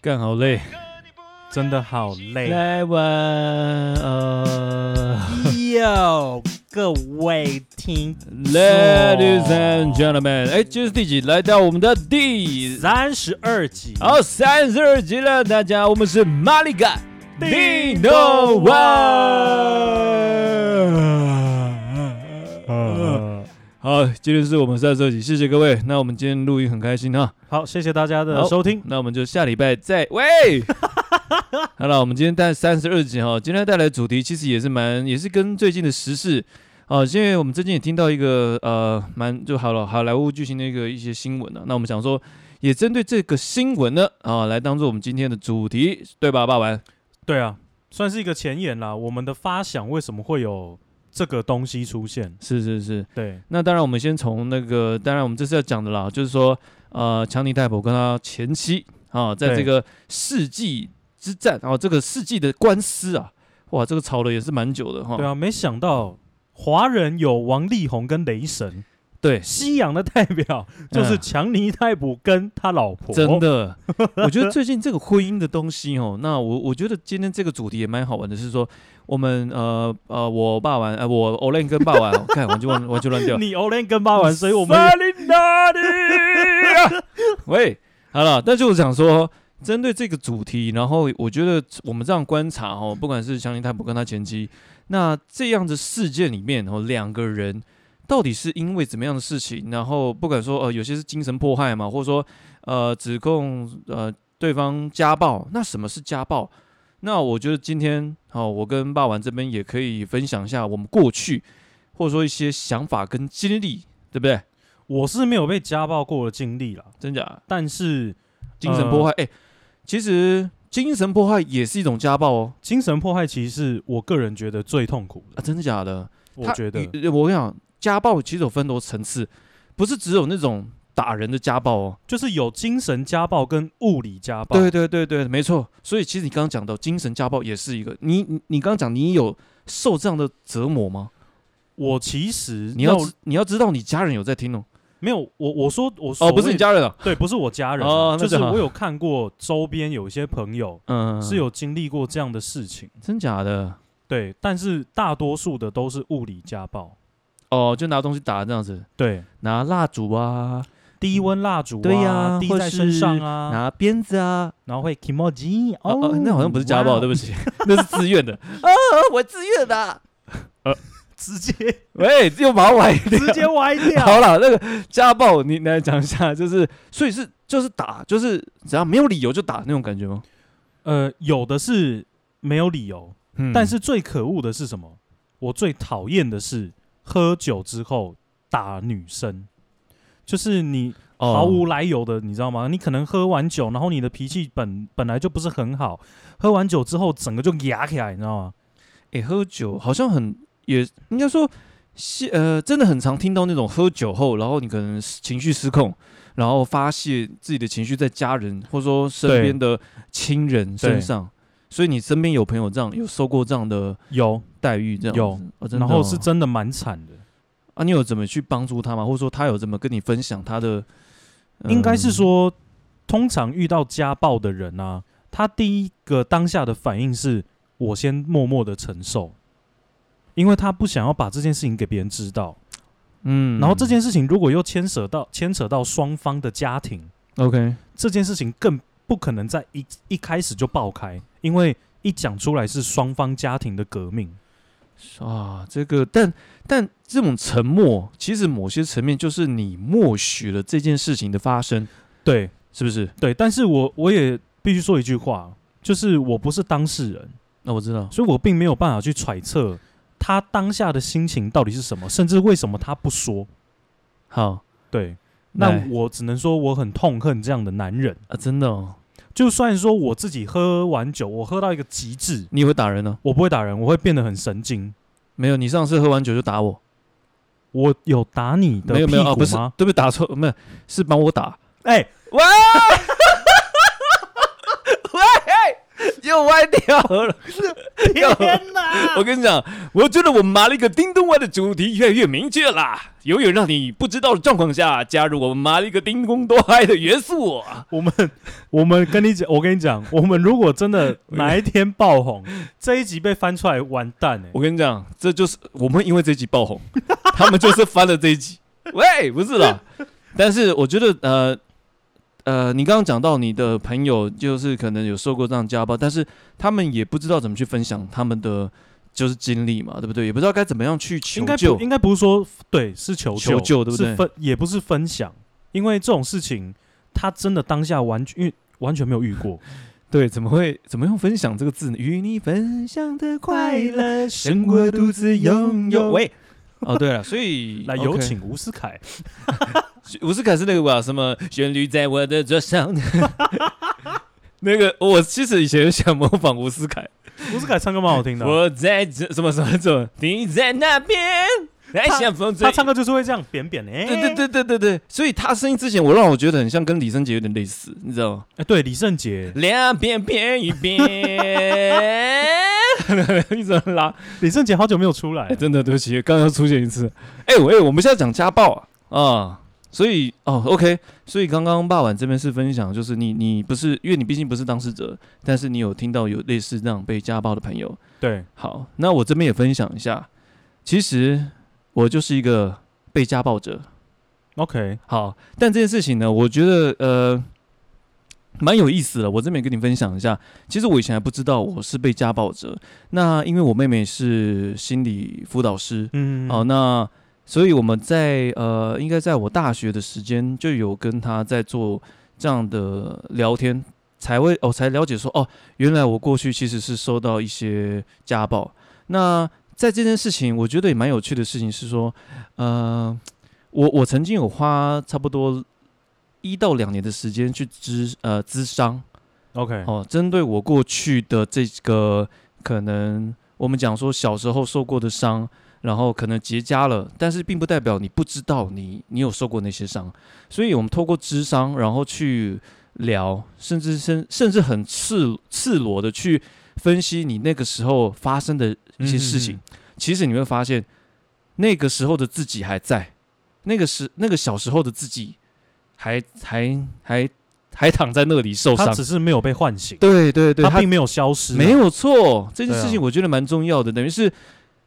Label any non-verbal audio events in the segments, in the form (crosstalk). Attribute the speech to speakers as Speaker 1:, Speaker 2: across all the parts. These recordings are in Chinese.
Speaker 1: 干好累，
Speaker 2: 真的好累。
Speaker 1: 来晚安。
Speaker 2: 哟，各位听
Speaker 1: Ladies and gentlemen，哎，这是第几？来到我们的第
Speaker 2: 三十二集，
Speaker 1: 好三十二集了，大家，我们是马里嘎
Speaker 2: Ding
Speaker 1: Dong
Speaker 2: Dong One
Speaker 1: 好，今天是我们三十二集，谢谢各位。那我们今天录音很开心啊哈，
Speaker 2: (laughs) 好，谢谢大家的
Speaker 1: 好
Speaker 2: 收听。
Speaker 1: (laughs) 那我们就下礼拜再 (laughs) 喂。好了，我们今天带三十二集哈，今天带来的主题其实也是蛮，也是跟最近的时事哦，因为我们最近也听到一个呃，蛮就好了好莱坞巨星的一个一些新闻呢、啊那我们想说，也针对这个新闻呢啊，来当做我们今天的主题，对吧，爸爸？
Speaker 2: 对啊，算是一个前言啦。我们的发想为什么会有这个东西出现？
Speaker 1: 是是是。
Speaker 2: 对，
Speaker 1: 那当然，我们先从那个，当然我们这次要讲的啦，就是说呃，强尼戴普跟他前妻啊，在
Speaker 2: 对
Speaker 1: 这个世纪之战啊，这个世纪的官司啊，哇，这个吵的也是蛮久的哈。
Speaker 2: 对啊，没想到华人有王力宏跟雷 (laughs) 神，
Speaker 1: 对，
Speaker 2: 西洋的代表就是
Speaker 1: 嗯
Speaker 2: 强尼戴普跟他老婆。
Speaker 1: 真的， (laughs) 我觉得最近这个婚姻的东西哦，那我我觉得今天这个主题也蛮好玩的，是说我们呃呃，我爸玩，呃我 Olen 跟爸
Speaker 2: (laughs)
Speaker 1: 玩，看完就忘完全乱掉。
Speaker 2: 你 Olen 跟八完，所以我们也
Speaker 1: Solidarity (laughs) 喂，好了，但就是想说，针对这个主题，然后我觉得我们这样观察哦，不管是强尼泰普跟他前妻，那这样的事件里面哦，两个人到底是因为怎么样的事情，然后不管说呃，有些是精神迫害嘛，或者说呃指控呃对方家暴，那什么是家暴？那我觉得今天哦，我跟霸王这边也可以分享一下我们过去或者说一些想法跟经历，对不对？
Speaker 2: 我是没有被家暴过的经历啦，
Speaker 1: 真假？
Speaker 2: 但是
Speaker 1: 精神迫害？
Speaker 2: 嗯
Speaker 1: 哎、其实精神迫害也是一种家暴哦。
Speaker 2: 精神迫害其实是我个人觉得最痛苦
Speaker 1: 啊，
Speaker 2: 的，
Speaker 1: 真的假的？
Speaker 2: 我
Speaker 1: 他
Speaker 2: 觉得
Speaker 1: 你我跟你讲，家暴其实有分多层次，不是只有那种打人的家暴哦。
Speaker 2: 就是有精神家暴跟物理家暴。
Speaker 1: 对对对对，没错。所以其实你刚刚讲到精神家暴也是一个，你你你刚刚讲你有受这样的折磨吗？
Speaker 2: 我其实
Speaker 1: 你要
Speaker 2: 那我
Speaker 1: 知你要知道你家人有在听哦。
Speaker 2: 没有我我说我所
Speaker 1: 哦，不是你
Speaker 2: 谓
Speaker 1: 家人啊，
Speaker 2: 对，不是我家人啊，
Speaker 1: 哦那
Speaker 2: 就是
Speaker 1: 就好
Speaker 2: 我有看过周边有一些朋友
Speaker 1: 嗯，
Speaker 2: 是有经历过这样的事情，
Speaker 1: 真假的
Speaker 2: 对，但是大多数的都是物理家暴，
Speaker 1: 哦，就拿东西打这样子，
Speaker 2: 对，
Speaker 1: 拿蜡烛啊，
Speaker 2: 低温蜡烛、啊，
Speaker 1: 对呀
Speaker 2: 滴
Speaker 1: 或
Speaker 2: 在身
Speaker 1: 是
Speaker 2: 上啊，
Speaker 1: 拿鞭子啊，
Speaker 2: 然后会 kimoji
Speaker 1: 哦哦，那好像不是家暴，对
Speaker 2: 不
Speaker 1: 不起，那是自 (laughs) 愿的。啊，我自愿的。
Speaker 2: 直接
Speaker 1: (laughs) 喂，又把我歪
Speaker 2: 直接歪
Speaker 1: (laughs)
Speaker 2: 掉，
Speaker 1: 好了，那个家暴，你你来讲一下，就是所以是就是打，就是只要没有理由就打那种感觉吗？
Speaker 2: 呃，有的是没有理由，
Speaker 1: 嗯
Speaker 2: 但是最可恶的是什么？我最讨厌的是喝酒之后打女生，就是你毫无来由的，你知道吗？你可能喝完酒，然后你的脾气本本来就不是很好，喝完酒之后整个就压起来，你知道吗？
Speaker 1: 哎、喝酒好像很也应该说，是呃，真的很常听到那种喝酒后，然后你可能是情绪失控，然后发泄自己的情绪在家人或者说身
Speaker 2: 对
Speaker 1: 边的亲人身
Speaker 2: 对
Speaker 1: 上。所以你身边有朋友这样，有受过这样的
Speaker 2: 有，
Speaker 1: 待遇，这样
Speaker 2: 有
Speaker 1: 子哦真的
Speaker 2: 然后
Speaker 1: 哦
Speaker 2: 是真的蛮惨的，
Speaker 1: 啊，你有怎么去帮助他吗？或者说他有怎么跟你分享他的？呃
Speaker 2: 应该是，说，通常遇到家暴的人啊，他第一个当下的反应是我先默默的承受，因为他不想要把这件事情给别人知道。
Speaker 1: 嗯
Speaker 2: 然后这件事情如果又牵扯到牵扯到双方的家庭，
Speaker 1: OK，
Speaker 2: 这件事情更不可能在一一开始就爆开，因为一讲出来是双方家庭的革命。
Speaker 1: 啊，这个，但但这种沉默，其实某些层面就是你默许了这件事情的发生，
Speaker 2: 对
Speaker 1: 是不是？
Speaker 2: 对，但是我我也必须说一句话，就是我不是当事人。
Speaker 1: 那、哦我知道，
Speaker 2: 所以我并没有办法去揣测他当下的心情到底是什么，甚至为什么他不说。
Speaker 1: 好，
Speaker 2: 对，
Speaker 1: 来
Speaker 2: 那我只能说我很痛恨这样的男人。
Speaker 1: 啊，真的、哦，
Speaker 2: 就算说我自己喝完酒，我喝到一个极致，
Speaker 1: 你也会打人呢、
Speaker 2: 我不会打人，我会变得很神经。
Speaker 1: 没有，你上次喝完酒就打我，
Speaker 2: 我有打你的
Speaker 1: 没
Speaker 2: 屁
Speaker 1: 有没有，哦，
Speaker 2: 股
Speaker 1: 不是
Speaker 2: 吗，？
Speaker 1: 对不对？打错，没有，是帮我打。
Speaker 2: 哎、
Speaker 1: (laughs) 又歪掉了，
Speaker 2: 天哪！
Speaker 1: (laughs)
Speaker 2: (laughs)
Speaker 1: 我跟你讲，我觉得我们麻了一个叮咚外的主题越来越明确啦。永远让你不知道的状况下，加入我们麻了一个叮咚多嗨的元素。
Speaker 2: (laughs) 我们我们跟你讲，我跟你讲，我们如果真的哪一天爆
Speaker 1: (laughs)
Speaker 2: 红，这一集被翻出来，完蛋哎、
Speaker 1: 我跟你讲，这就是我们因为这一集爆
Speaker 2: (laughs)
Speaker 1: 红，他们就是翻了这一集。喂，不是啦，但是我觉得呃呃，你刚刚讲到你的朋友就是可能有受过这样家暴，但是他们也不知道怎么去分享他们的就是经历嘛，对不对？也不知道该怎么样去求
Speaker 2: 应该
Speaker 1: 救
Speaker 2: 不。应该不是说对，是求
Speaker 1: 求救对不对
Speaker 2: 是分也不是分享，因为这种事情他真的当下完全因为完全没有遇过。
Speaker 1: 对，怎么会怎么用分享这个字呢？与你分享的 (laughs) 快乐，
Speaker 2: 乐，
Speaker 1: 胜过独自拥有。
Speaker 2: 喂，
Speaker 1: 喂，哦对了，所以
Speaker 2: 来
Speaker 1: OK
Speaker 2: 有请吴
Speaker 1: (laughs)
Speaker 2: 思凯。
Speaker 1: 伍思凯是那个吧？什么旋律在我的桌 (laughs) 上？那个我其实以前想模仿伍思凯，
Speaker 2: 吴思凯唱歌蛮好听的啊、
Speaker 1: 我在这什么什么什么，你在那边，来
Speaker 2: 他
Speaker 1: 想风
Speaker 2: 他
Speaker 1: 吹。
Speaker 2: 唱歌就是会这样扁扁的、欸。
Speaker 1: 对对对对对对，所以他声音之前我让我觉得很像跟李圣杰有点类似，你知道吗？
Speaker 2: 哎、对，李圣杰，
Speaker 1: (laughs) 两边变一边， (laughs) 一直拉，
Speaker 2: 李圣杰好久没有出来
Speaker 1: 哎，
Speaker 2: 了，
Speaker 1: 真的，对不起，刚刚又出现一次。哎、我哎、我们现在讲家暴啊啊，所以哦，OK，所以刚刚霸晚这边是分享，就是你你不是，因为你毕竟不是当事者，但是你有听到有类似这样被家暴的朋友。
Speaker 2: 对，
Speaker 1: 好，那我这边也分享一下，其实我就是一个被家暴者。
Speaker 2: OK，
Speaker 1: 好，但这件事情呢，我觉得呃。蛮有意思的，我这边也跟你分享一下。其实我以前还不知道我是被家暴者，那因为我妹妹是心理辅导师，
Speaker 2: 嗯，
Speaker 1: 哦，那所以我们在呃，应该在我大学的时间就有跟他在做这样的聊天，才会哦才了解说哦，原来我过去其实是受到一些家暴。那在这件事情，我觉得也蛮有趣的事情是说，呃，我我曾经有花差不多一到两年的时间去咨呃咨商，
Speaker 2: OK，
Speaker 1: 哦，针对我过去的这个可能，我们讲说小时候受过的伤，然后可能结痂了，但是并不代表你不知道你你有受过那些伤，所以我们透过智商，然后去聊，甚至甚甚至很赤赤裸的去分析你那个时候发生的一些事情，
Speaker 2: 嗯
Speaker 1: 其实你会发现，那个时候的自己还在，那个时那个小时候的自己还还还还躺在那里受伤
Speaker 2: 他。只是没有被唤醒，
Speaker 1: 对对对，
Speaker 2: 他并没有消失啊，
Speaker 1: 没有错，这件
Speaker 2: 对啊
Speaker 1: 事情我觉得蛮重要的，等于是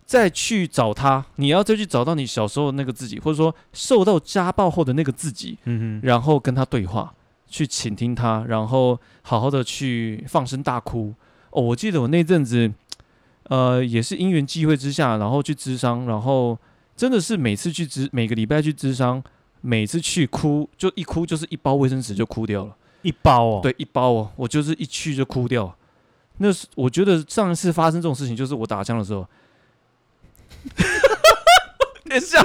Speaker 1: 再去找他，你要再去找到你小时候那个自己，或者说受到家暴后的那个自己，
Speaker 2: 嗯哼，
Speaker 1: 然后跟他对话，去倾听他，然后好好的去放声大哭。哦，我记得我那阵子，呃，也是因缘际会之下，然后去咨商，然后真的是每次去咨，每个礼拜去咨商，每次去哭就一哭就是一包卫生纸就哭掉了。
Speaker 2: 一包哦，，
Speaker 1: 对，一包哦，我就是一去就哭掉。那是我觉得上一次发生这种事情，就是我打枪的时候。 (laughs) 等一下，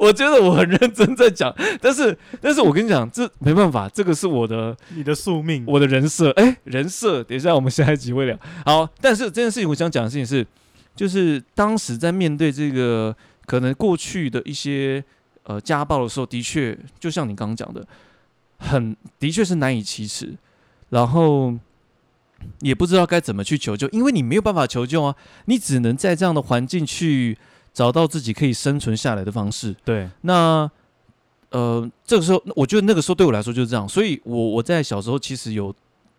Speaker 1: 我觉得我很认真在讲，但是但是我跟你讲，这没办法，这个是我的
Speaker 2: 你的宿命，
Speaker 1: 我的人设，哎、人设，等一下我们下一集会聊。好，但是这件事情我想讲的事情是，就是当时在面对这个可能过去的一些呃家暴的时候，的确就像你刚刚讲的，很的确是难以启齿，然后也不知道该怎么去求救，因为你没有办法求救啊，你只能在这样的环境去找到自己可以生存下来的方式。
Speaker 2: 对，
Speaker 1: 那呃，这个时候，我觉得那个时候对我来说就是这样，所以我我在小时候其实有，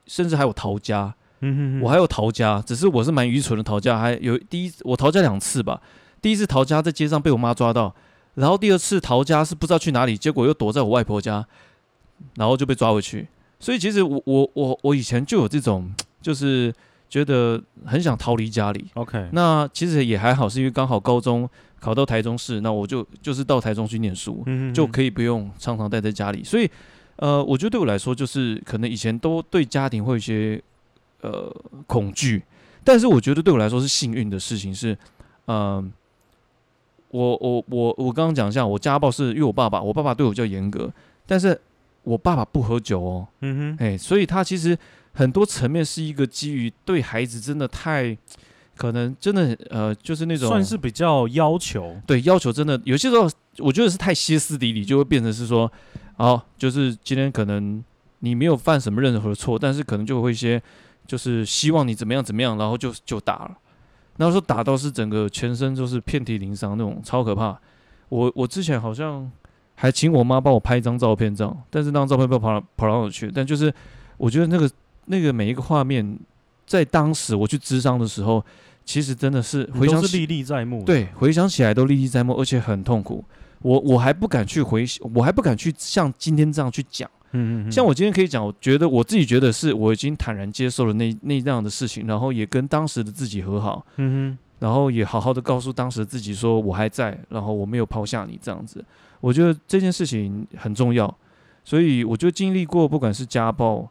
Speaker 1: 甚至还有逃家，
Speaker 2: 嗯哼哼，
Speaker 1: 我还有逃家，只是我是蛮愚蠢的逃家，还有第一我逃家两次吧，第一次逃家在街上被我妈抓到，然后第二次逃家是不知道去哪里，结果又躲在我外婆家，然后就被抓回去。所以其实我我我我以前就有这种，就是觉得很想逃离家里，
Speaker 2: OK，
Speaker 1: 那其实也还好，是因为刚好高中考到台中市，那我就就是到台中去念书，
Speaker 2: 嗯哼
Speaker 1: 就
Speaker 2: 哼
Speaker 1: 可以不用常常待在家里。所以，呃，我觉得对我来说，就是可能以前都对家庭会有一些呃恐惧，但是我觉得对我来说是幸运的事情是，嗯、我我我我刚刚讲一下，我家暴是因为我爸爸，我爸爸对我比较严格，但是我爸爸不喝酒哦，
Speaker 2: 嗯哼，
Speaker 1: 哎、所以他其实很多层面是一个基于对孩子真的太，可能真的呃，就是那种
Speaker 2: 算是比较要求，
Speaker 1: 对要求真的有些时候，我觉得是太歇斯底里，就会变成是说，哦，就是今天可能你没有犯什么任何错，但是可能就会一些就是希望你怎么样怎么样，然后就就打了。然后说打到是整个全身都是遍体鳞伤那种，超可怕。我我之前好像还请我妈帮我拍一张照片，这样，但是那张照片被跑到跑到哪去了？但就是我觉得那个那个每一个画面，在当时我去智商的时候，其实真的是
Speaker 2: 你
Speaker 1: 回想
Speaker 2: 都是
Speaker 1: 起
Speaker 2: 历历在目。，
Speaker 1: 对回想起来都历历在目，而且很痛苦。我我还不敢去回，我还不敢去像今天这样去讲。
Speaker 2: 嗯嗯，
Speaker 1: 像我今天可以讲，我觉得我自己觉得是我已经坦然接受了那那样的事情，然后也跟当时的自己和好，
Speaker 2: 嗯
Speaker 1: 然后也好好的告诉当时的自己说我还在，然后我没有抛下你这样子。我觉得这件事情很重要，所以我就经历过不管是家暴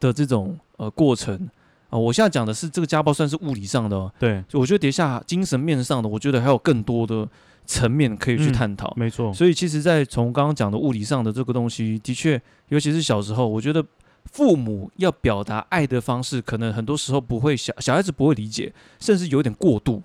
Speaker 1: 的这种呃过程啊、我现在讲的是这个家暴算是物理上的、哦，
Speaker 2: 哼，对，
Speaker 1: 就我觉得底下精神面上的，我觉得还有更多的层面可以去
Speaker 2: 嗯
Speaker 1: 探讨。
Speaker 2: 没错，
Speaker 1: 哦所以其实，在从刚刚讲的物理上的这个东西，的确，尤其是小时候，我觉得父母要表达爱的方式，可能很多时候不会小小孩子不会理解，甚至有点过度。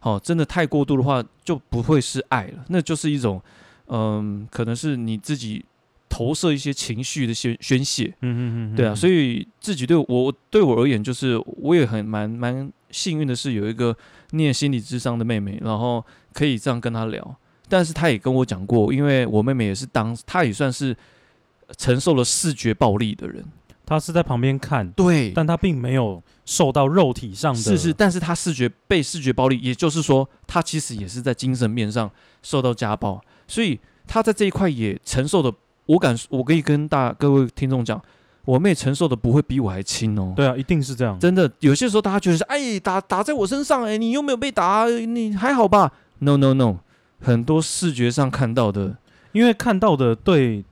Speaker 1: 好、真的太过度的话，就不会是爱了，那就是一种，嗯，可能是你自己投射一些情绪的宣宣泄。
Speaker 2: 嗯嗯嗯，
Speaker 1: 对啊，所
Speaker 2: 以
Speaker 1: 以自己对我对我而言，就是我也很蛮蛮幸运的是有一个念心理智商的妹妹，然后可以这样跟她聊。但是她也跟我讲过，因为我妹妹也是当她也算是承受了视觉暴力的人，
Speaker 2: 他是在旁边看，
Speaker 1: 对，
Speaker 2: 但他并没有受到肉体上的，
Speaker 1: 是是，，但是她视觉被视觉暴力，也就是说，她其实也是在精神面上受到家暴，所以她在这一块也承受的，我敢我可以跟大各位听众讲，我妹承受的不会比我还轻哦，
Speaker 2: 对啊，一定是这样，
Speaker 1: 真的，有些时候大家觉得是，哎，打打在我身上，哎，你又没有被打，你还好吧？No No No，很多视觉上看到的，
Speaker 2: 因为看到的对，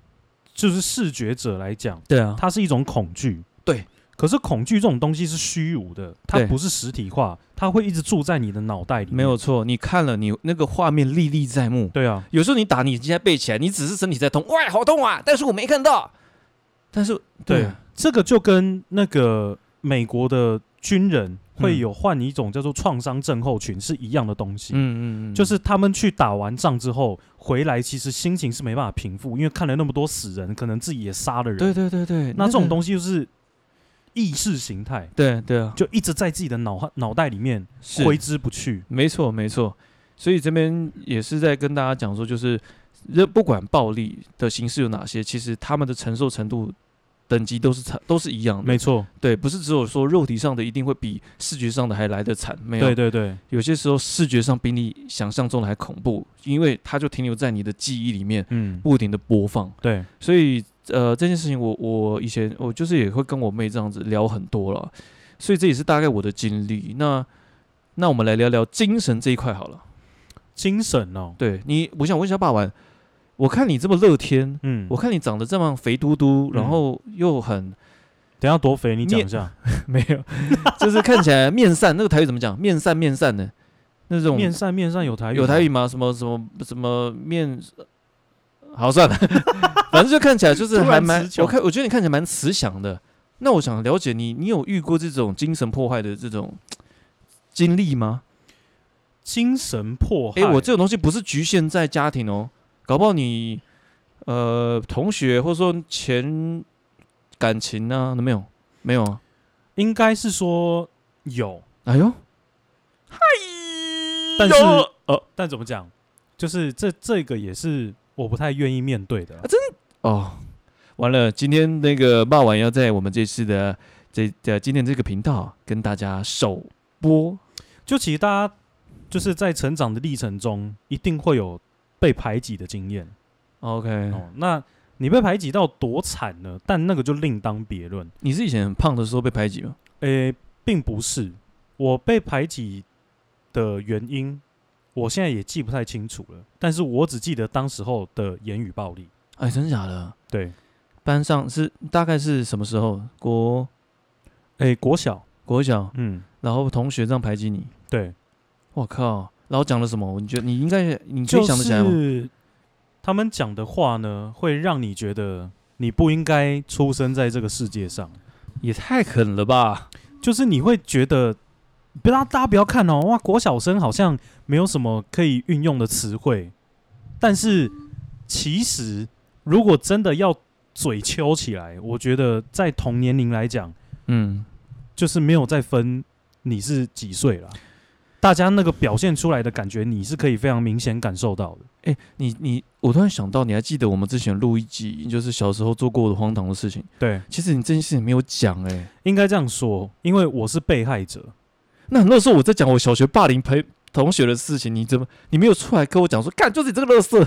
Speaker 2: 就是视觉者来讲，
Speaker 1: 对啊，
Speaker 2: 它是一种恐惧，
Speaker 1: 对。
Speaker 2: 可是恐惧这种东西是虚无的，它
Speaker 1: 对
Speaker 2: 不是实体化，它会一直住在你的脑袋里面。
Speaker 1: 没有，错，你看了，你那个画面历历在目。
Speaker 2: 对啊，
Speaker 1: 有时候你打，你现在背起来，你只是身体在痛，哇，好痛啊！但是我没看到，但是对
Speaker 2: 对
Speaker 1: 啊，
Speaker 2: 这个就跟那个美国的军人
Speaker 1: 嗯
Speaker 2: 会有患一种叫做创伤症候群是一样的东西。
Speaker 1: 嗯嗯嗯，
Speaker 2: 就是他们去打完仗之后回来，其实心情是没办法平复，因为看了那么多死人，可能自己也杀了人。
Speaker 1: 对对对对，
Speaker 2: 那这种
Speaker 1: 个
Speaker 2: 东西就是意识形态，
Speaker 1: 对对啊，
Speaker 2: 就一直在自己的脑脑袋里面
Speaker 1: 是
Speaker 2: 挥之不去。
Speaker 1: 没错，没错。所以这边也是在跟大家讲说，就是任不管暴力的形式有哪些，其实他们的承受程度等级都是差，都是一样的。
Speaker 2: 没错，
Speaker 1: 对，不是只有说肉体上的一定会比视觉上的还来得惨，没有。
Speaker 2: 对对对，
Speaker 1: 有些时候视觉上比你想象中的还恐怖，因为它就停留在你的记忆里面，
Speaker 2: 嗯，
Speaker 1: 不停的播放。
Speaker 2: 对，
Speaker 1: 所以呃，这件事情我我以前我就是也会跟我妹这样子聊很多了，所以这也是大概我的经历。那那我们来聊聊精神这一块好了。
Speaker 2: 精神哦，
Speaker 1: 对你，我想问一下霸王，我看你这么乐天，
Speaker 2: 嗯，
Speaker 1: 我看你长得这么肥嘟嘟，然
Speaker 2: 嗯
Speaker 1: 后又
Speaker 2: (laughs)
Speaker 1: 很、
Speaker 2: 等一下多肥，你讲
Speaker 1: 面
Speaker 2: 一下。
Speaker 1: 没有，就是看起来面善，那个台语怎么讲？面善面善的那种
Speaker 2: 面善面善有台语，
Speaker 1: 有台语，吗？什么什么什么面？好，算了， (laughs) 反正就看起来就是
Speaker 2: 突然
Speaker 1: 还蛮
Speaker 2: 词，穷
Speaker 1: 我看我觉得你看起来蛮慈祥的。那我想了解你，你有遇过这种精神破坏的这种经历吗？
Speaker 2: 精神迫害。
Speaker 1: 诶，哎我这种东西不欸是局限在家庭哦，搞不好你呃同学或者说前感情啊，没有没有啊？
Speaker 2: 应该是说有，
Speaker 1: 哎呦，
Speaker 2: 哎但是
Speaker 1: 有
Speaker 2: 呃，但怎么讲，就是这这个也是我不太愿意面对的。
Speaker 1: 哦，完了，今天那个骂完要在我们这次的这呃今天这个频道跟大家首播，
Speaker 2: 就其实大家就是在成长的历程中，一定会有被排挤的经验
Speaker 1: OK，、
Speaker 2: 哦。那你被排挤到多惨呢？但那个就另当别论。
Speaker 1: 你是以前很胖的时候被排挤吗？
Speaker 2: 诶、并不是我被排挤的原因，我现在也记不太清楚了。但是我只记得当时候的言语暴力。
Speaker 1: 哎，真的假的？
Speaker 2: 对，
Speaker 1: 班上是大概是什么时候？国
Speaker 2: 诶、国小，
Speaker 1: 国小，
Speaker 2: 嗯，
Speaker 1: 然后同学这样排挤你，
Speaker 2: 对，
Speaker 1: 我靠！然后讲了什么？你觉得你应该你可
Speaker 2: 就
Speaker 1: 以想得起来吗？
Speaker 2: 是他们讲的话呢，会让你觉得你不应该出生在这个世界上。
Speaker 1: 也太狠了吧！
Speaker 2: 就是你会觉得，不要大家不要看哦，哇，国小生好像没有什么可以运用的词汇，但是其实如果真的要嘴抽起来，我觉得在同年龄来讲，
Speaker 1: 嗯，
Speaker 2: 就是没有再分你是几岁了，大家那个表现出来的感觉，你是可以非常明显感受到的。
Speaker 1: 哎、你你，我突然想到，你还记得我们之前录一集，就是小时候做过的荒唐的事情？
Speaker 2: 对，
Speaker 1: 其实你这件事情没有讲哎、
Speaker 2: 应该这样说，因为我是被害者，
Speaker 1: 那那时候我在讲我小学霸凌陪同学的事情，你怎么你没有出来跟我讲说，干就是你这个乐色？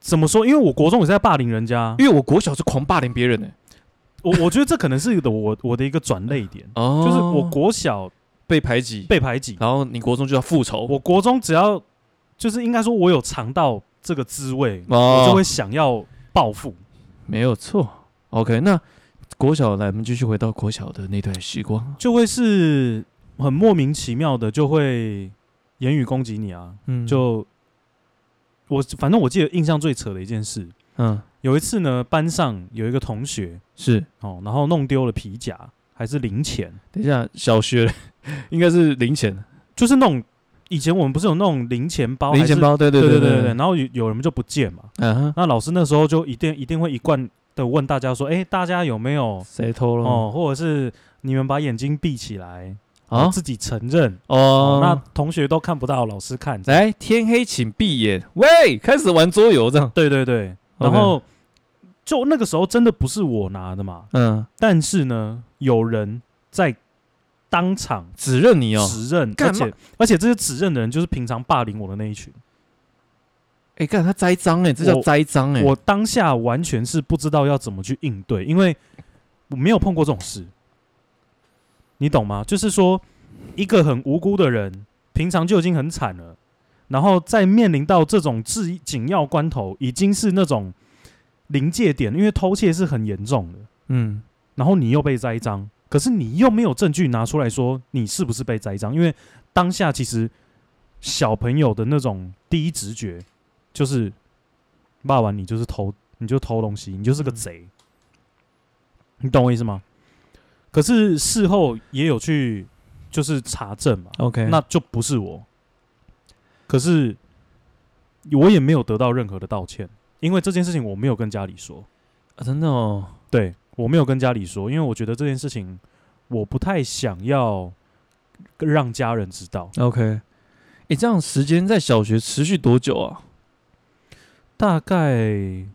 Speaker 2: 怎么说？因为我国中也是在霸凌人家，
Speaker 1: 因为我国小是狂霸凌别人哎、
Speaker 2: 我我觉得这可能是的我我的一个转泪点，
Speaker 1: 哦
Speaker 2: 就是我国小
Speaker 1: 被排挤，
Speaker 2: 被排挤，
Speaker 1: 然后你国中就要复仇，
Speaker 2: 我国中只要就是应该说，我有尝到这个滋味，
Speaker 1: 哦
Speaker 2: 我就会想要报复。
Speaker 1: 没有错。OK，那国小来，我们继续回到国小的那段时光。
Speaker 2: 就会是很莫名其妙的就会言语攻击你啊。
Speaker 1: 嗯
Speaker 2: 就我反正我记得印象最扯的一件事，
Speaker 1: 嗯
Speaker 2: 有一次呢，班上有一个同学
Speaker 1: 是，
Speaker 2: 哦，然后弄丢了皮夹还是零钱，
Speaker 1: 等一下小学 (laughs) 应该是零钱，
Speaker 2: 就是那种以前我们不是有那种零钱包，
Speaker 1: 零钱，包，对
Speaker 2: 对
Speaker 1: 哦对
Speaker 2: 对
Speaker 1: 对
Speaker 2: 对对，然后有有人就不见嘛，
Speaker 1: 对，啊哈，
Speaker 2: 那老师那时候就一定一定会一贯的问大家说，哎，大家有没有
Speaker 1: 谁偷了？
Speaker 2: 哦，或者是你们把眼睛闭起来。
Speaker 1: 啊
Speaker 2: 自己承认哦
Speaker 1: 哦，，
Speaker 2: 那同学都看不到，老师看。
Speaker 1: 来天黑请闭眼，喂，开始玩桌游这样。
Speaker 2: 对对对，
Speaker 1: OK
Speaker 2: 然后就那个时候真的不是我拿的嘛，
Speaker 1: 嗯，
Speaker 2: 但是呢，有人在当场
Speaker 1: 指认你哦。
Speaker 2: 指认，而
Speaker 1: 干嘛
Speaker 2: 且而且这些指认的人就是平常霸凌我的那一群，
Speaker 1: 哎，干他栽赃哎，这叫
Speaker 2: 我
Speaker 1: 栽赃哎。
Speaker 2: 我当下完全是不知道要怎么去应对，因为我没有碰过这种事，你懂吗？就是说，一个很无辜的人，平常就已经很惨了，然后在面临到这种至紧要关头，已经是那种临界点，因为偷窃是很严重的，
Speaker 1: 嗯，
Speaker 2: 然后你又被栽赃，可是你又没有证据拿出来说你是不是被栽赃，因为当下其实小朋友的那种第一直觉就是，骂完你就是偷，你就偷东西，你就是个
Speaker 1: 嗯
Speaker 2: 贼，你懂我意思吗？可是事后也有去就是查证嘛，
Speaker 1: OK，
Speaker 2: 那就不是我，可是我也没有得到任何的道歉，因为这件事情我没有跟家里说。
Speaker 1: 啊真的哦，
Speaker 2: 对我没有跟家里说，因为我觉得这件事情我不太想要让家人知道。
Speaker 1: OK，哎、这样时间在小学持续多久啊
Speaker 2: 大概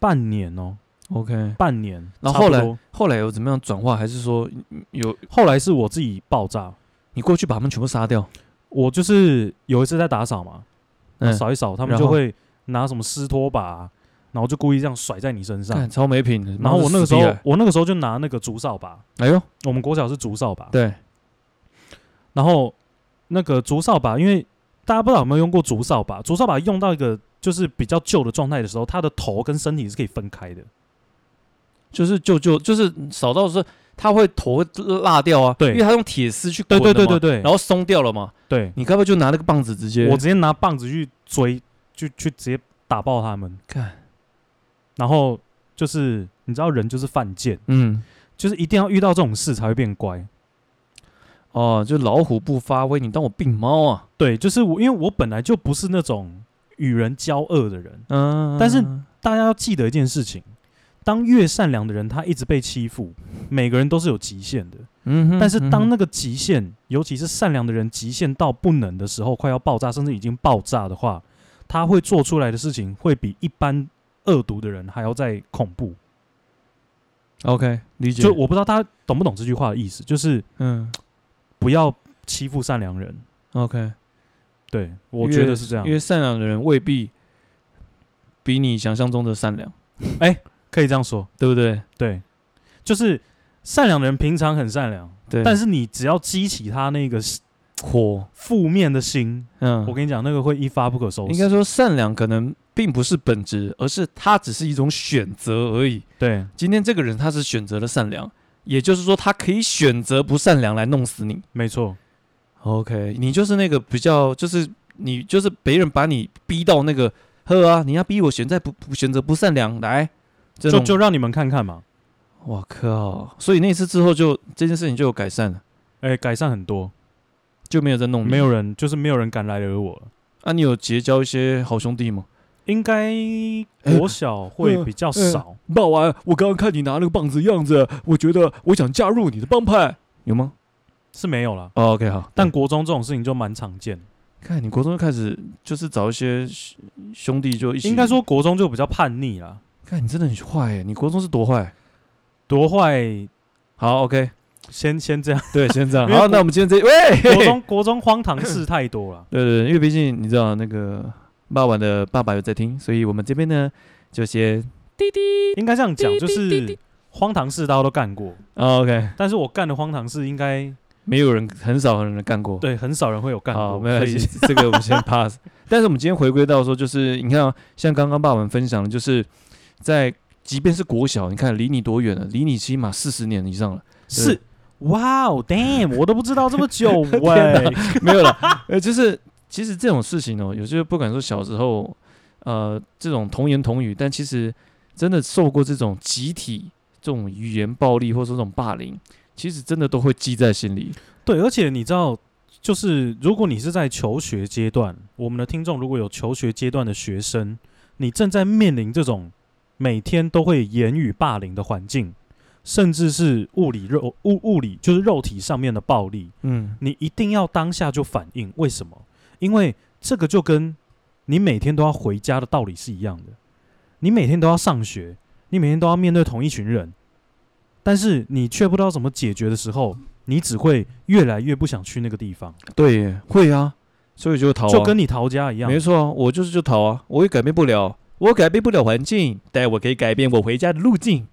Speaker 2: 半年哦、
Speaker 1: ？OK，
Speaker 2: 半年。
Speaker 1: 然后
Speaker 2: 差不
Speaker 1: 后来
Speaker 2: 多
Speaker 1: 后来有怎么样转化？还是说嗯有
Speaker 2: 后来是我自己爆炸，
Speaker 1: 你过去把他们全部杀掉？
Speaker 2: 我就是有一次在打扫嘛，
Speaker 1: 嗯，
Speaker 2: 扫一扫，他们
Speaker 1: 然
Speaker 2: 就
Speaker 1: 后
Speaker 2: 会拿什么湿拖把啊、然后就故意这样甩在你身上
Speaker 1: 干。超没品的。
Speaker 2: 然后我那个时
Speaker 1: 妈
Speaker 2: 候
Speaker 1: 的死，
Speaker 2: 我那个时候就拿那个竹扫把，
Speaker 1: 逼来哎呦，
Speaker 2: 我们国小是竹扫把，
Speaker 1: 对，
Speaker 2: 然后那个竹扫把，因为大家不知道有没有用过竹扫把，竹扫把用到一个就是比较旧的状态的时候，它的头跟身体是可以分开的。
Speaker 1: 就是就就就是扫到的时候，他会头会落掉啊，
Speaker 2: 对
Speaker 1: 因为他用铁丝去
Speaker 2: 对
Speaker 1: 捆的
Speaker 2: 对对
Speaker 1: 嘛
Speaker 2: 对对，
Speaker 1: 然后松掉了嘛，
Speaker 2: 对，
Speaker 1: 你该不会就拿那个棒子直接？
Speaker 2: 我直接拿棒子去追，就去直接打爆他们。
Speaker 1: 看，
Speaker 2: 然后就是你知道人就是犯贱，
Speaker 1: 嗯，
Speaker 2: 就是一定要遇到这种事才会变乖。
Speaker 1: 哦，就老虎不发威，你当我病猫啊？
Speaker 2: 对，就是我，因为我本来就不是那种与人交恶的人。
Speaker 1: 嗯，
Speaker 2: 但是大家要记得一件事情：当越善良的人，他一直被欺负，每个人都是有极限的。
Speaker 1: 嗯哼，
Speaker 2: 但是当
Speaker 1: 嗯
Speaker 2: 那个极限，尤其是善良的人极限到不能的时候，快要爆炸，甚至已经爆炸的话，他会做出来的事情会比一般恶毒的人还要再恐怖。
Speaker 1: 哼 OK 理解，
Speaker 2: 就我不知道大家懂不懂这句话的意思，就是
Speaker 1: 嗯
Speaker 2: 不要欺负善良人。
Speaker 1: OK，
Speaker 2: 对，我觉得是这样
Speaker 1: 因，为善良的人未必比你想象中的善良，
Speaker 2: 可以这样说。
Speaker 1: 对不对？
Speaker 2: 对，就是善良的人平常很善良，
Speaker 1: 对
Speaker 2: 但
Speaker 1: 是
Speaker 2: 是你只要激起他那个
Speaker 1: 火，
Speaker 2: 负面的心，
Speaker 1: 嗯，
Speaker 2: 我跟你讲，那个会一发不可收拾。
Speaker 1: 应该说善良可能并不是本质，而是它只是一种选择而已。
Speaker 2: 对
Speaker 1: 今天这个人他是选择了善良，也就是说他可以选择不善良来弄死你。
Speaker 2: 没错，
Speaker 1: OK，你就是那个比较，就是你就是别人把你逼到那个呵啊，你要逼我选择不不选择不善良来，这
Speaker 2: 就
Speaker 1: 种
Speaker 2: 就让你们看看嘛。
Speaker 1: 我靠！所以那次之后就这件事情就有改善了，
Speaker 2: 哎、改善很多，
Speaker 1: 就没有再弄你
Speaker 2: 没有人就是没有人敢来惹我了。
Speaker 1: 啊？你有结交一些好兄弟吗？
Speaker 2: 应该
Speaker 1: 哎
Speaker 2: 国小会
Speaker 1: 嗯
Speaker 2: 比较少，
Speaker 1: 爸
Speaker 2: 啊
Speaker 1: 完，我刚刚看你拿那个棒子样子，我觉得我想加入你的帮派，有吗？
Speaker 2: 是没有啦。
Speaker 1: 哦，OK，好。
Speaker 2: 但国中这种事情就蛮常见，
Speaker 1: 看你国中就开始就是找一些兄兄弟就一起，
Speaker 2: 应该，说国中就比较叛逆啦，
Speaker 1: 看你真的很坏耶，你国中是多坏。
Speaker 2: 多坏。
Speaker 1: 好，OK，
Speaker 2: 先先这样，
Speaker 1: 对，先 (laughs) 这样。
Speaker 2: 因为
Speaker 1: 好，
Speaker 2: 国
Speaker 1: 那我们今天这喂，嘿
Speaker 2: 国
Speaker 1: 嘿。
Speaker 2: 中国中荒唐事太多了
Speaker 1: 对对对，因为毕竟你知道那个爸爸的爸爸有在听，所以我们这边呢就先
Speaker 2: 应该这样讲，就是荒唐事大家都干过，
Speaker 1: 哦 OK，
Speaker 2: 但是我干的荒唐事应该
Speaker 1: 没有人很少很人干过。
Speaker 2: 对很少人会有干
Speaker 1: 好，
Speaker 2: 过，
Speaker 1: 没有
Speaker 2: 所以
Speaker 1: 这个我们先 (laughs) pass。但是我们今天回归到说，就是你看啊、像刚刚爸爸们分享的，就是在即便是国小，你看离你多远了？离你起码四十年以上了，
Speaker 2: 是哇哦，damn，我都不知道这么
Speaker 1: (laughs)
Speaker 2: 久
Speaker 1: 哪
Speaker 2: 喂，
Speaker 1: (laughs) 没有了。呃，就是其实这种事情哦，有些不敢说小时候，呃，这种童言童语，但其实真的受过这种集体这种语言暴力或者说这种霸凌，其实真的都会记在心里。
Speaker 2: 对，而且你知道，就是如果你是在求学阶段，我们的听众如果有求学阶段的学生，你正在面临这种每天都会言语霸凌的环境，甚至是物理肉物物理就是肉体上面的暴力，
Speaker 1: 嗯，
Speaker 2: 你一定要当下就反应。为什么？因为这个就跟你每天都要回家的道理是一样的。你每天都要上学，你每天都要面对同一群人，但是你却不知道怎么解决的时候，你只会越来越不想去那个地方，
Speaker 1: 对耶，会啊，所以就逃、啊，
Speaker 2: 就跟你逃家一样
Speaker 1: 没。错啊，我就是就逃啊，我也改变不了，我改变不了环境，但我可以改变我回家的路径。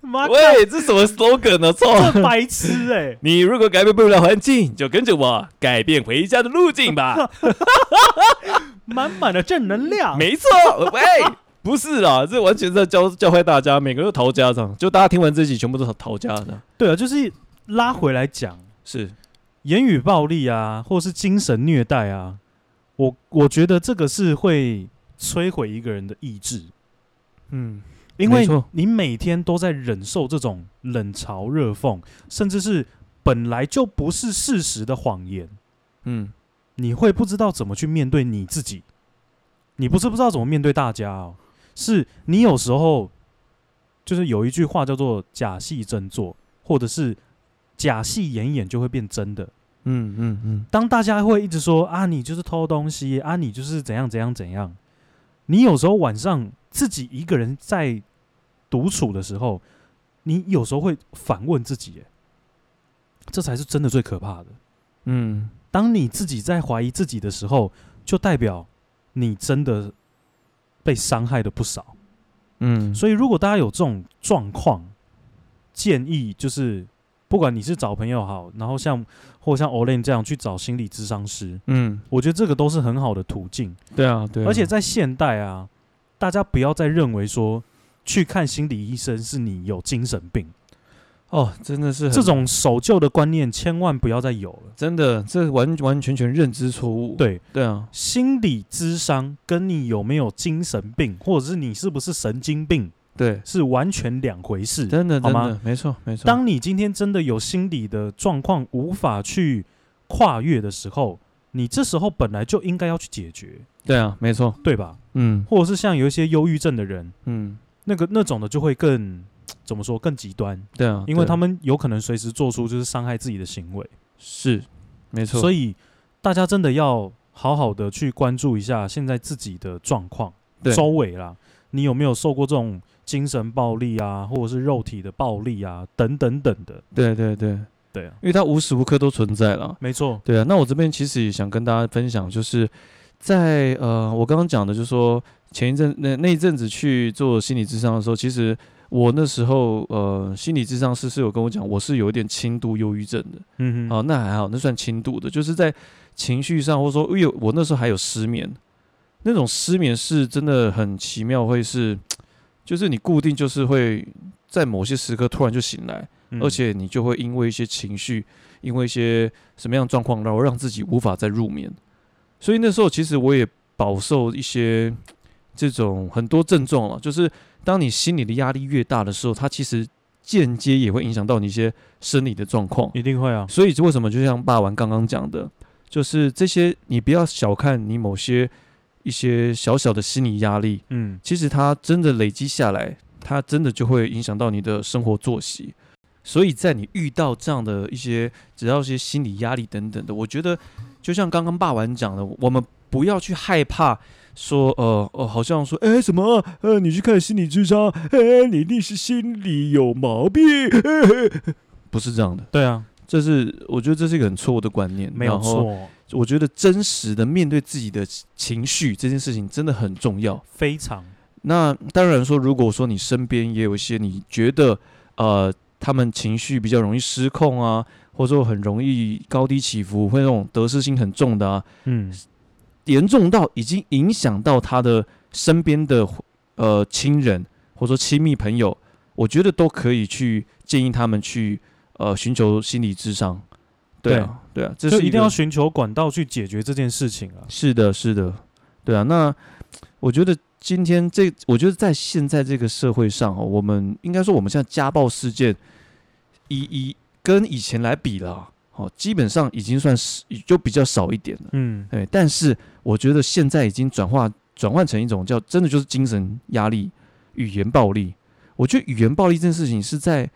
Speaker 2: 妈，
Speaker 1: (laughs) 喂，这什么 slogan 呢、操！
Speaker 2: 这白痴哎、
Speaker 1: 你如果改变不了环境，就跟着我改变回家的路径吧。
Speaker 2: 满满的正能量。
Speaker 1: 没错，喂，不是啦，这完全在教教坏大家，每个人都逃家长，就大家听完这集全部都逃逃家的，
Speaker 2: 对啊，就是拉回来讲，
Speaker 1: 是
Speaker 2: 言语暴力啊，或是精神虐待啊，我我觉得这个是会摧毁一个人的意志，
Speaker 1: 嗯，
Speaker 2: 因为
Speaker 1: 没错
Speaker 2: 你每天都在忍受这种冷嘲热讽，甚至是本来就不是事实的谎言，
Speaker 1: 嗯，
Speaker 2: 你会不知道怎么去面对你自己，你不是不知道怎么面对大家哦，是你有时候就是有一句话叫做“假戏真做”，或者是“假戏演演就会变真的”。
Speaker 1: 嗯嗯嗯，
Speaker 2: 当大家会一直说啊，你就是偷东西啊，你就是怎样怎样怎样，你有时候晚上自己一个人在独处的时候，你有时候会反问自己耶，这才是真的最可怕的。
Speaker 1: 嗯，
Speaker 2: 当你自己在怀疑自己的时候，就代表你真的被伤害的不少。
Speaker 1: 嗯，
Speaker 2: 所以，如果大家有这种状况，建议就是，不管你是找朋友好，然后像或像 Olen 这样去找心理咨商师，
Speaker 1: 嗯，
Speaker 2: 我觉得这个都是很好的途径。
Speaker 1: 对啊，对啊，
Speaker 2: 而且在现代啊，大家不要再认为说去看心理医生是你有精神病，
Speaker 1: 哦，真的是很
Speaker 2: 这种守旧的观念千万不要再有了。
Speaker 1: 真的，这完完全全认知错误。
Speaker 2: 对，
Speaker 1: 对啊，
Speaker 2: 心理智商跟你有没有精神病，或者是你是不是神经病，
Speaker 1: 对，
Speaker 2: 是完全两回事。
Speaker 1: 真的
Speaker 2: 好
Speaker 1: 真
Speaker 2: 吗
Speaker 1: 的，没错没错。
Speaker 2: 当你今天真的有心理的状况无法去跨越的时候，你这时候本来就应该要去解决，
Speaker 1: 对啊，没错，
Speaker 2: 对吧？
Speaker 1: 嗯
Speaker 2: 或者是像有一些忧郁症的人，
Speaker 1: 嗯，
Speaker 2: 那个那种的就会更怎么说更极端，
Speaker 1: 对啊，
Speaker 2: 因为
Speaker 1: 对
Speaker 2: 他们有可能随时做出就是伤害自己的行为，
Speaker 1: 是没错，
Speaker 2: 所
Speaker 1: 以
Speaker 2: 以大家真的要好好的去关注一下现在自己的状况，
Speaker 1: 对
Speaker 2: 周围啦，你有没有受过这种精神暴力啊，或者是肉体的暴力啊，等等等的，
Speaker 1: 对对对，
Speaker 2: 对啊，
Speaker 1: 因为它无时无刻都存在了。
Speaker 2: 没错，
Speaker 1: 对啊，那我这边其实也想跟大家分享，就是在呃，我刚刚讲的，就是说前一阵那那一阵子去做心理智商的时候，其实我那时候呃，心理智商师是有跟我讲，我是有一点轻度忧郁症的。
Speaker 2: 嗯哼，
Speaker 1: 哦，那还好，那算轻度的，就是在情绪上，或者说，因为我那时候还有失眠，那种失眠是真的很奇妙，会是，就是你固定就是会在某些时刻突然就醒来，
Speaker 2: 嗯
Speaker 1: 而且你就会因为一些情绪，因为一些什么样的状况，然后让自己无法再入眠。所以那时候其实我也饱受一些这种很多症状了，就是当你心理的压力越大的时候，它其实间接也会影响到你一些生理的状况。
Speaker 2: 一定会啊，
Speaker 1: 所以为什么就像霸王刚刚讲的，就是这些你不要小看你某些一些小小的心理压力，
Speaker 2: 嗯，
Speaker 1: 其实它真的累积下来，它真的就会影响到你的生活作息。所以在你遇到这样的一些，只要一些心理压力等等的，我觉得就像刚刚霸王讲的，我们不要去害怕说，呃，呃，好像说，哎、什么，呃，你去看心理智商，哎、你一定是心理有毛病， (laughs) 不是这样的，
Speaker 2: 对啊，
Speaker 1: 这是我觉得这是一个很错误的观念，
Speaker 2: 没有
Speaker 1: 然后呃
Speaker 2: 错，
Speaker 1: 我觉得真实的面对自己的情绪这件事情真的很重要。
Speaker 2: 非常
Speaker 1: 那当然说，如果说你身边也有一些你觉得呃他们情绪比较容易失控啊，或者说很容易高低起伏，会那种得失心很重的啊，
Speaker 2: 嗯
Speaker 1: 严重到已经影响到他的身边的呃亲人或者说亲密朋友，我觉得都可以去建议他们去呃寻求心理智商。对啊，对啊，这
Speaker 2: 就是一定
Speaker 1: 个
Speaker 2: 要寻求管道去解决这件事情啊。
Speaker 1: 是的，是的，对啊。那我觉得今天这，我觉得在现在这个社会上哦，我们应该说我们现在家暴事件，以以跟以前来比了，哦，基本上已经算是就比较少一点了。
Speaker 2: 嗯，
Speaker 1: 对，但是我觉得现在已经转化转换成一种叫真的就是精神压力、语言暴力。我觉得语言暴力这件事情是在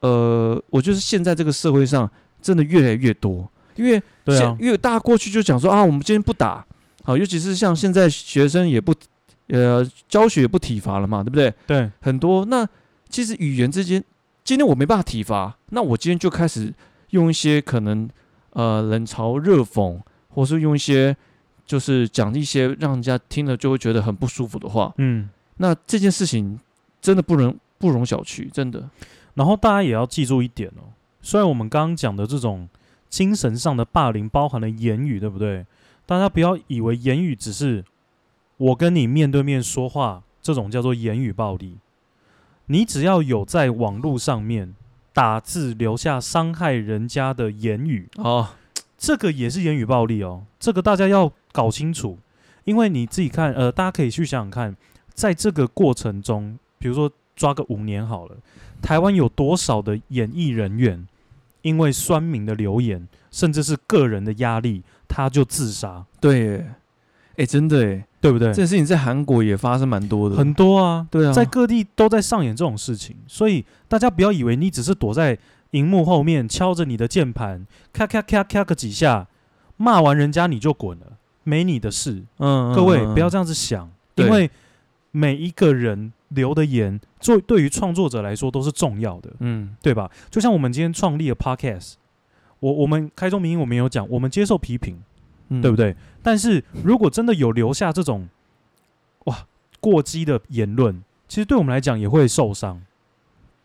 Speaker 1: 呃，我觉得现在这个社会上真的越来越多，因为
Speaker 2: 对
Speaker 1: 现
Speaker 2: 啊，
Speaker 1: 因为大家过去就讲说啊，我们今天不打，好，尤其是像现在学生也不，呃，教学也不体罚了嘛，对不对？
Speaker 2: 对，
Speaker 1: 很多那其实语言之间，今天我没办法体罚，那我今天就开始用一些可能呃冷嘲热讽，或是用一些就是讲一些让人家听了就会觉得很不舒服的话，
Speaker 2: 嗯。
Speaker 1: 那这件事情真的不能不容小觑，真的，
Speaker 2: 然后大家也要记住一点哦，虽然我们刚刚讲的这种精神上的霸凌包含了言语，对不对？大家不要以为言语只是我跟你面对面说话这种叫做言语暴力。你只要有在网络上面打字留下伤害人家的言语，
Speaker 1: 哦，
Speaker 2: 这个也是言语暴力哦，这个大家要搞清楚，因为你自己看，呃，大家可以去想想看，在这个过程中，比如说抓个五年好了，台湾有多少的演艺人员因为酸民的留言，甚至是个人的压力，他就自杀，
Speaker 1: 对耶，哎、真的哎，
Speaker 2: 对不对
Speaker 1: 这？件事情在韩国也发生蛮多的，
Speaker 2: 很多啊，
Speaker 1: 对啊，
Speaker 2: 在各地都在上演这种事情，所以大家不要以为你只是躲在荧幕后面敲着你的键盘，咔咔咔咔个几下，骂完人家你就滚了，没你的事。
Speaker 1: 嗯，
Speaker 2: 各位不要
Speaker 1: 嗯
Speaker 2: 这样子想，
Speaker 1: 对
Speaker 2: 因为每一个人留的言，做对于创作者来说都是重要的，
Speaker 1: 嗯，
Speaker 2: 对吧？就像我们今天创立了 Podcast，我我们开宗明义我们有讲，我们接受批评，
Speaker 1: 嗯
Speaker 2: 对不？对？但是如果真的有留下这种哇过激的言论，其实对我们来讲也会受伤，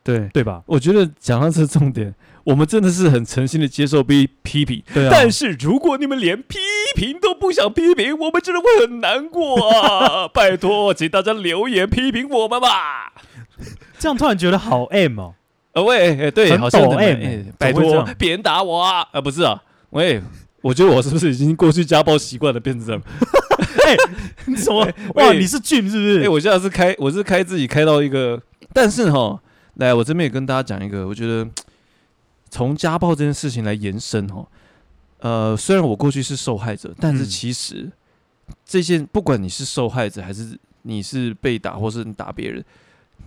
Speaker 1: 对，
Speaker 2: 对吧？
Speaker 1: 我觉得讲到这重点，我们真的是很诚心的接受批批评，
Speaker 2: 对啊，
Speaker 1: 但是如果你们连批评都不想批评，我们真的会很难过 (laughs) 啊！拜托，请大家留言批评我们吧。
Speaker 2: 这样突然觉得好 M 哦，
Speaker 1: 呃喂，哎对，
Speaker 2: 很
Speaker 1: 好像
Speaker 2: 抖
Speaker 1: 的
Speaker 2: M，
Speaker 1: 哎
Speaker 2: 怎
Speaker 1: 拜
Speaker 2: 么会这
Speaker 1: 托
Speaker 2: 样
Speaker 1: 别人打我啊！啊，不是啊，喂，我觉得我是不是已经过去家暴习惯了，变成这样？
Speaker 2: (laughs) 你怎么
Speaker 1: 喂
Speaker 2: 哇？你是俊是不
Speaker 1: 哎、
Speaker 2: 是？
Speaker 1: 我现在是开，我是开自己开到一个， (laughs) 但是哈，来，我这边也跟大家讲一个，我觉得从家暴这件事情来延伸哈，呃，虽然我过去是受害者，但是
Speaker 2: 嗯
Speaker 1: 其实、这些不管你是受害者还是你是被打，或是你打别人，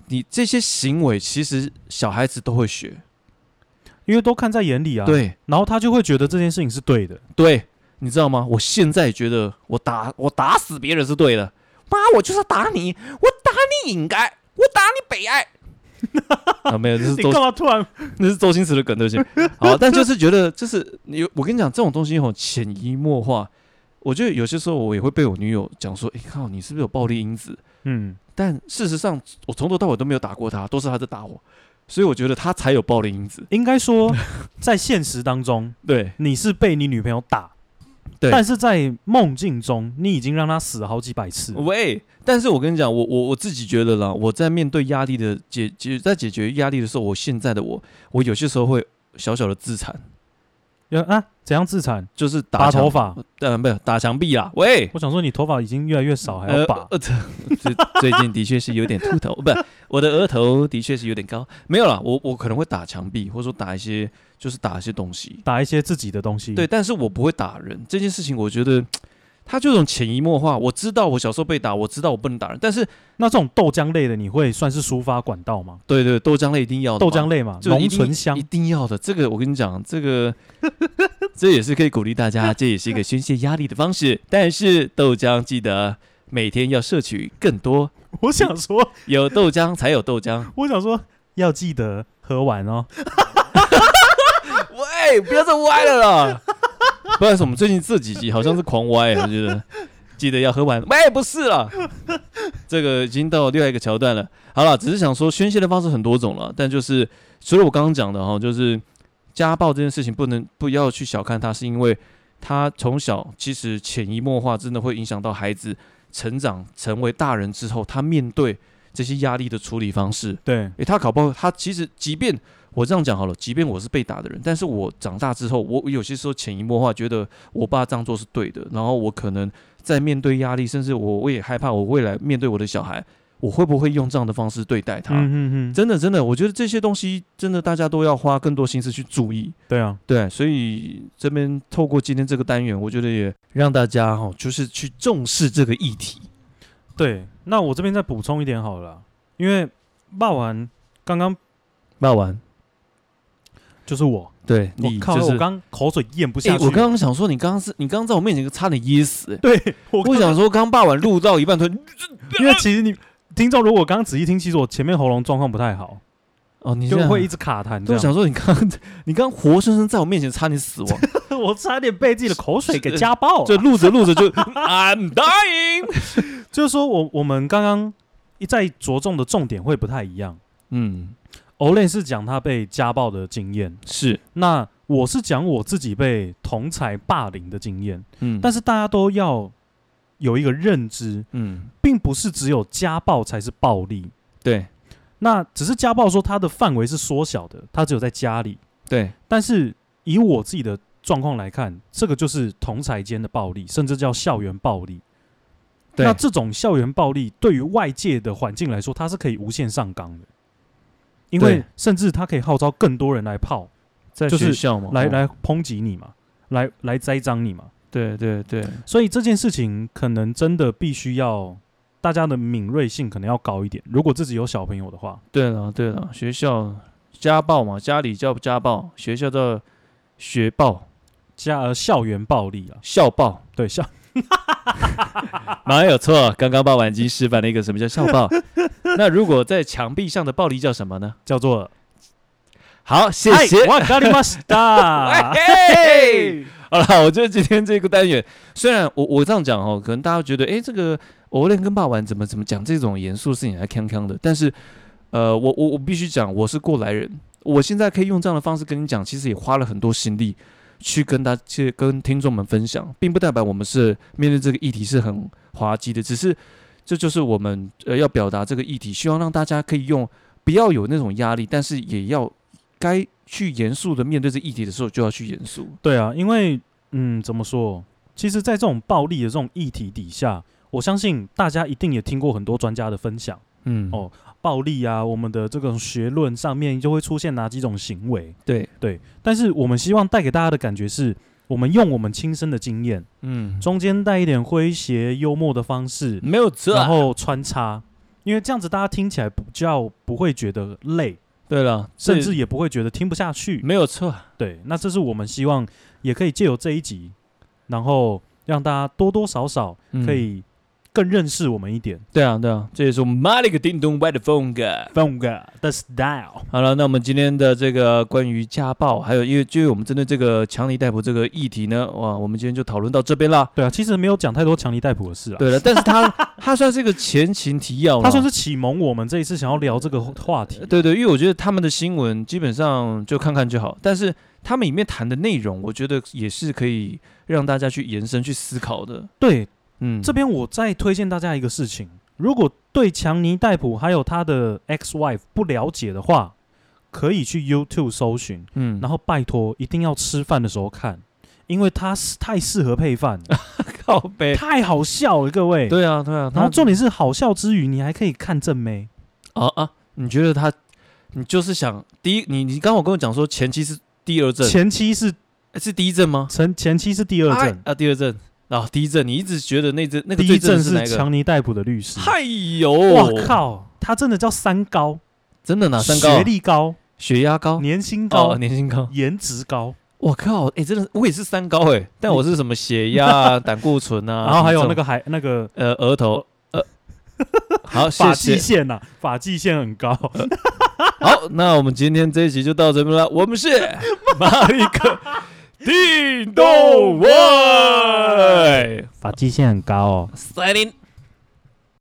Speaker 1: 你这些行为其实小孩子都会学，
Speaker 2: 因为都看在眼里啊，，
Speaker 1: 对
Speaker 2: 然后他就会觉得这件事情是对的，
Speaker 1: 对，你知道吗？我现在觉得我打我打死别人是对的，妈，我就是要打你，我打你应该，我打你悲哀。啊，没有，这是
Speaker 2: 你
Speaker 1: 周
Speaker 2: 干嘛突然
Speaker 1: 那是周星驰的梗，对不起。 (laughs) 好，但就是觉得，就是你，我跟你讲，这种东西吼潜移默化。我觉得有些时候我也会被我女友讲说：“哎、靠，你是不是有暴力因子
Speaker 2: (laughs) 嗯？”
Speaker 1: 但事实上，我从头到尾都没有打过她，都是她在打我，所以我觉得她才有暴力因子。
Speaker 2: 应该说，在现实当中，
Speaker 1: 对
Speaker 2: 你是被你女朋友打，
Speaker 1: 对
Speaker 2: 但是在梦境中，你已经让她死了好几百次。
Speaker 1: 喂，但是我跟你讲，我我我自己觉得啦，我在面对压力的解解，在解决压力的时候，我现在的我，我有些时候会小小的自残，
Speaker 2: 呃啊，怎样自残？
Speaker 1: 就是打
Speaker 2: 拔
Speaker 1: 墙
Speaker 2: 头，发。
Speaker 1: 呃，没有打墙壁啦。喂，
Speaker 2: 我想说，你头发已经越来越少，还要拔
Speaker 1: 呃。呃最最近的确是有点秃头，不， (laughs) 我的额头的确是有点高。没有啦，我我可能会打墙壁，或者说打一些，就是打一些东西。
Speaker 2: 打一些自己的东西。
Speaker 1: 对，，但是我不会打人这件事情，我觉得他就有种潜移默化，我知道我小时候被打，我知道我不能打人，但是
Speaker 2: 那这种豆浆类的，你会算是抒发管道吗？
Speaker 1: 对对，豆浆类一定要的
Speaker 2: 豆
Speaker 1: 嘛
Speaker 2: 浆类嘛，
Speaker 1: 哦就一
Speaker 2: 浓
Speaker 1: 定
Speaker 2: 醇啊香 (laughs)
Speaker 1: 一，定要的。这个我跟你讲，这个 (laughs) 这也是可以鼓励大家，这也是一个宣泄压力的方式。但是豆浆记得每天要摄取更多，
Speaker 2: 我想说，
Speaker 1: 有豆浆才有豆浆。
Speaker 2: 我想说，要记得喝完哦。
Speaker 1: (laughs) 喂，不要再歪了啦！不然我们最近这几集好像是狂歪，啊我觉得。记得要喝完，喂，不是啦，这个已经到另外一个桥段了。好了，只是想说宣泄的方式很多种了，但就是除了我刚刚讲的哈，就是家暴这件事情不能不要去小看它，是因为它从小其实潜移默化，真的会影响到孩子成长成为大人之后，他面对这些压力的处理方式。
Speaker 2: 对，
Speaker 1: 诶、他搞不好他其实，即便我这样讲好了，即便我是被打的人，但是我长大之后，我我有些时候潜移默化觉得我爸这样做是对的，然后我可能在面对压力，甚至我我也害怕我未来面对我的小孩，我会不会用这样的方式对待他？
Speaker 2: 嗯嗯嗯，
Speaker 1: 真的真的，我觉得这些东西真的大家都要花更多心思去注意。
Speaker 2: 对啊，
Speaker 1: 对，所以这边透过今天这个单元，我觉得也让大家哈、就是去重视这个议题。
Speaker 2: 对。那我这边再补充一点好了啦，因为霸完刚刚
Speaker 1: 骂完，
Speaker 2: 就是我，
Speaker 1: 对
Speaker 2: 我
Speaker 1: 你
Speaker 2: 靠，
Speaker 1: 就是
Speaker 2: 我刚口水咽不
Speaker 1: 哎、
Speaker 2: 下去。
Speaker 1: 我刚刚想说，你刚刚是你刚刚在我面前差点噎死、欸。
Speaker 2: 对，我
Speaker 1: 我
Speaker 2: 刚
Speaker 1: 想说，刚霸完录到一半，突然
Speaker 2: 因为其实你听众如果刚刚仔细听，其实我前面喉咙状况不太好，
Speaker 1: 哦，你
Speaker 2: 就
Speaker 1: 这样
Speaker 2: 会一直卡痰这
Speaker 1: 对我
Speaker 2: 样。
Speaker 1: 想说，你刚刚 (laughs) 你刚刚活生生在我面前差点死 (laughs) 亡，
Speaker 2: (laughs) 我差点被自己的口水给家暴了。
Speaker 1: 就录着录着就 I'm dying。
Speaker 2: 就是说我我们刚刚一再着重的重点会不太一样。
Speaker 1: 嗯，
Speaker 2: Olay 是讲他被家暴的经验，
Speaker 1: 是，
Speaker 2: 那我是讲我自己被同才霸凌的经验。
Speaker 1: 嗯，
Speaker 2: 但
Speaker 1: 是，
Speaker 2: 是大家都要有一个认知，
Speaker 1: 嗯，
Speaker 2: 并不是只有家暴才是暴力。
Speaker 1: 对
Speaker 2: 那只是家暴说它的范围是缩小的，它只有在家里。
Speaker 1: 对，
Speaker 2: 但是以我自己的状况来看，这个就是同才间的暴力，甚至叫校园暴力。
Speaker 1: 对
Speaker 2: 那这种校园暴力对于外界的环境来说，它是可以无限上纲的，因为
Speaker 1: 对
Speaker 2: 甚至它可以号召更多人来泡，
Speaker 1: 在
Speaker 2: 就是
Speaker 1: 学校嘛，
Speaker 2: 来
Speaker 1: 哦，
Speaker 2: 来抨击你嘛，来来栽赃你嘛。
Speaker 1: 对对对，
Speaker 2: 所以这件事情可能真的必须要大家的敏锐性可能要高一点。如果自己有小朋友的话，
Speaker 1: 对了对了，学校家暴嘛，家里叫家暴，学校叫学暴、
Speaker 2: 家呃校园暴力啊，
Speaker 1: 校暴。
Speaker 2: 对校
Speaker 1: (laughs) 没有错，刚刚霸婉已经示范了一个什么叫校 (laughs) 暴。那如果在墙壁上的暴力叫什么呢？
Speaker 2: 叫做
Speaker 1: 好，谢谢。啊
Speaker 2: 嗨わかりま
Speaker 1: (laughs)
Speaker 2: した。
Speaker 1: 嘿 (laughs) 好了，我觉得今天这个单元，虽然我我这样讲哦，可能大家觉得，诶，这个偶练跟霸王怎么怎么讲这种严肃事情还锵锵的，但是，呃，我我我必须讲，我是过来人，我现在可以用这样的方式跟你讲，其实也花了很多心力去跟大去跟听众们分享，并不代表我们是面对这个议题是很滑稽的，只是这就是我们呃要表达这个议题，希望让大家可以用不要有那种压力，但是也要该去严肃的面对这议题的时候就要去严肃。
Speaker 2: 对啊，因为嗯，怎么说？其实，在这种暴力的这种议题底下，我相信大家一定也听过很多专家的分享，
Speaker 1: 嗯
Speaker 2: 哦暴力啊，我们的这种学论上面就会出现哪几种行为。
Speaker 1: 对，
Speaker 2: 对，但是我们希望带给大家的感觉是，我们用我们亲身的经验，
Speaker 1: 嗯，
Speaker 2: 中间带一点诙谐幽默的方式，
Speaker 1: 没有错。
Speaker 2: 然后穿插，因为这样子大家听起来比较不会觉得累，
Speaker 1: 对了，
Speaker 2: 甚
Speaker 1: 这
Speaker 2: 至也不会觉得听不下去。
Speaker 1: 没有错。
Speaker 2: 对，那这是我们希望也可以借由这一集，然后让大家多多少少
Speaker 1: 嗯
Speaker 2: 可以更认识我们一点。
Speaker 1: 对啊，对啊，这也是我们马里个叮咚外的风格。
Speaker 2: 风格的 style，
Speaker 1: 好了，那我们今天的这个关于家暴，还有因为就是我们针对这个强尼逮捕这个议题呢，哇，我们今天就讨论到这边啦。
Speaker 2: 对啊，其实没有讲太多强尼逮捕的事啊。 (laughs)
Speaker 1: 对了，哦但是他他算是一个前情提要啦，
Speaker 2: 他算是启蒙我们这一次想要聊这个话题。
Speaker 1: 对对，因为我觉得他们的新闻基本上就看看就好，但是他们里面谈的内容，我觉得也是可以让大家去延伸去思考的。
Speaker 2: 对，
Speaker 1: 嗯，
Speaker 2: 这边我再推荐大家一个事情：如果对强尼戴普还有他的 ex wife 不了解的话，可以去 YouTube 搜寻，
Speaker 1: 嗯，
Speaker 2: 然后拜托一定要吃饭的时候看，因为它是太适合配饭了，
Speaker 1: (laughs) 靠背，
Speaker 2: 太好笑了，各位。。
Speaker 1: 对啊对啊，
Speaker 2: 然后
Speaker 1: 他
Speaker 2: 重点是好笑之余，你还可以看正妹。
Speaker 1: 啊啊，你觉得他，你就是想第一，你你刚刚我跟我讲说前期是第二阵，哎
Speaker 2: 前期是
Speaker 1: 是第一阵吗？
Speaker 2: 前前期是第二
Speaker 1: 哎
Speaker 2: 阵，
Speaker 1: 啊，第二阵啊，地震，你一直觉得那只那个
Speaker 2: 第
Speaker 1: 地
Speaker 2: 一
Speaker 1: 震
Speaker 2: 阵
Speaker 1: 是哪一
Speaker 2: 是
Speaker 1: 个？
Speaker 2: 强尼戴普的律师，
Speaker 1: 嗨呦，
Speaker 2: 我，靠，他真的叫三高，
Speaker 1: 真的哪三高啊？
Speaker 2: 学历高、
Speaker 1: 血压高，
Speaker 2: 年薪
Speaker 1: 哦，
Speaker 2: 高、
Speaker 1: 年薪高。
Speaker 2: 颜值高，
Speaker 1: 我靠，哎、真的是，我也是三高哎、但我是什么血压、啊、胆固醇啊，
Speaker 2: (laughs) 然后还有
Speaker 1: 体重
Speaker 2: 那个还那个
Speaker 1: 呃额头
Speaker 2: (laughs)
Speaker 1: 呃，好，谢
Speaker 2: 发际
Speaker 1: 谢。
Speaker 2: 线呐，发际线很高。
Speaker 1: (laughs) 好，那我们今天这一集就到这边了。我们是马里克 (laughs) 叮咚外
Speaker 2: 发际线很高哦。
Speaker 1: 哦，signing